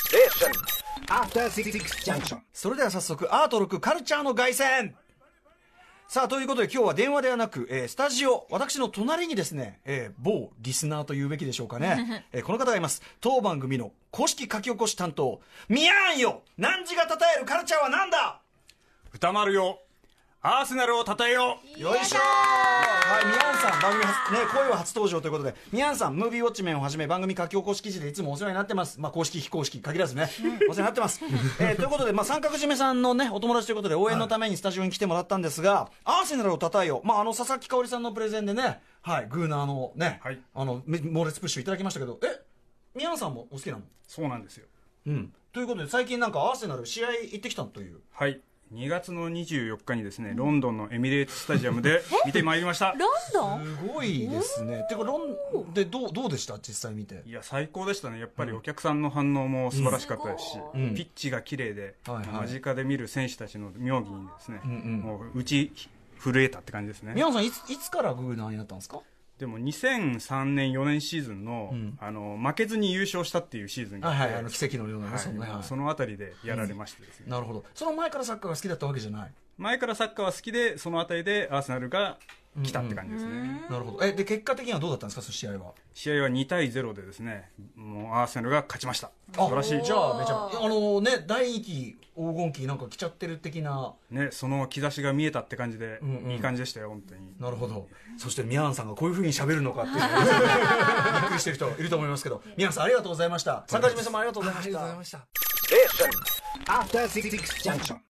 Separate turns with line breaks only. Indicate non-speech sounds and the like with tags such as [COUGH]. Station.
After Six Junction.
それでは早速、アート6カルチャーの凱旋さあ、ということで今日は電話ではなく、えースタジオ、私の隣にですね、えー某リスナーと言うべきでしょうかね。えーこの方がいます。当番組の公式書き起こし担当、ミヤンよ何時が称えるカルチャーは何だ
歌丸よアーセナルをたたえよ
よいしょはい、ミヤンさん、番組初、ね、声は初登場ということで、ミヤンさん、ムービーウォッチメンをはじめ、番組書き起こし記事でいつもお世話になってます。まあ、公式、非公式、限らず [LAUGHS] ね、お世話になってます。えーということで、まあ、三角締めさんのね、お友達ということで、応援のためにスタジオに来てもらったんですが、アーセナルを叩えよ。まあ、あの、佐々木香織さんのプレゼンでね、はい、グーナーのね、
はい
あの、め猛烈プッシュいただきましたけど、え、ミヤンさんもお好きなの
そうなんですよ
うん。ということで、最近なんかアーセナル試合行ってきたという。
はい2月の24日にですねロンドンのエミレーツスタジアムで見てまいりました
ロンドン
すごいですね。てか、ロン、で、どう、どうでした実際見て。
いや最高でしたねやっぱりお客さんの反応も素晴らしかったですし、
うん
ピッチが綺麗で、
はいはい
間近で見る選手たちの妙義にですね、
んうん
もう打ち震えたって感じですね
宮野さんいついつからグーナーになったんですか
でも2003年4年シーズンの,、
ん
あの負けずに優勝したっていうシーズンがあ
はい
って
はいあの奇跡のようなね、
はい
そのねはい
そのあたりでやられましてですね、
なるほどその前からサッカーが好きだったわけじゃない
前からサッカーは好きでそのあたりでアーセナルが来たって感じですね、
なるほどえで結果的にはどうだったんですかその試合は
試合は2対0でですねもうアーセナルが勝ちました素晴らしい
じゃあめちゃあのね第2期黄金期なんか来ちゃってる的な
ね、その兆しが見えたって感じで、
んうん
いい感じでしたよ本当に
なるほどそして宮野さんがこういうふうに喋るのかって [LAUGHS] いうのをびっくりしてる人いると思いますけど宮野さんありがとうございました坂島さんもありがとうございました
Station.
After Six Junction.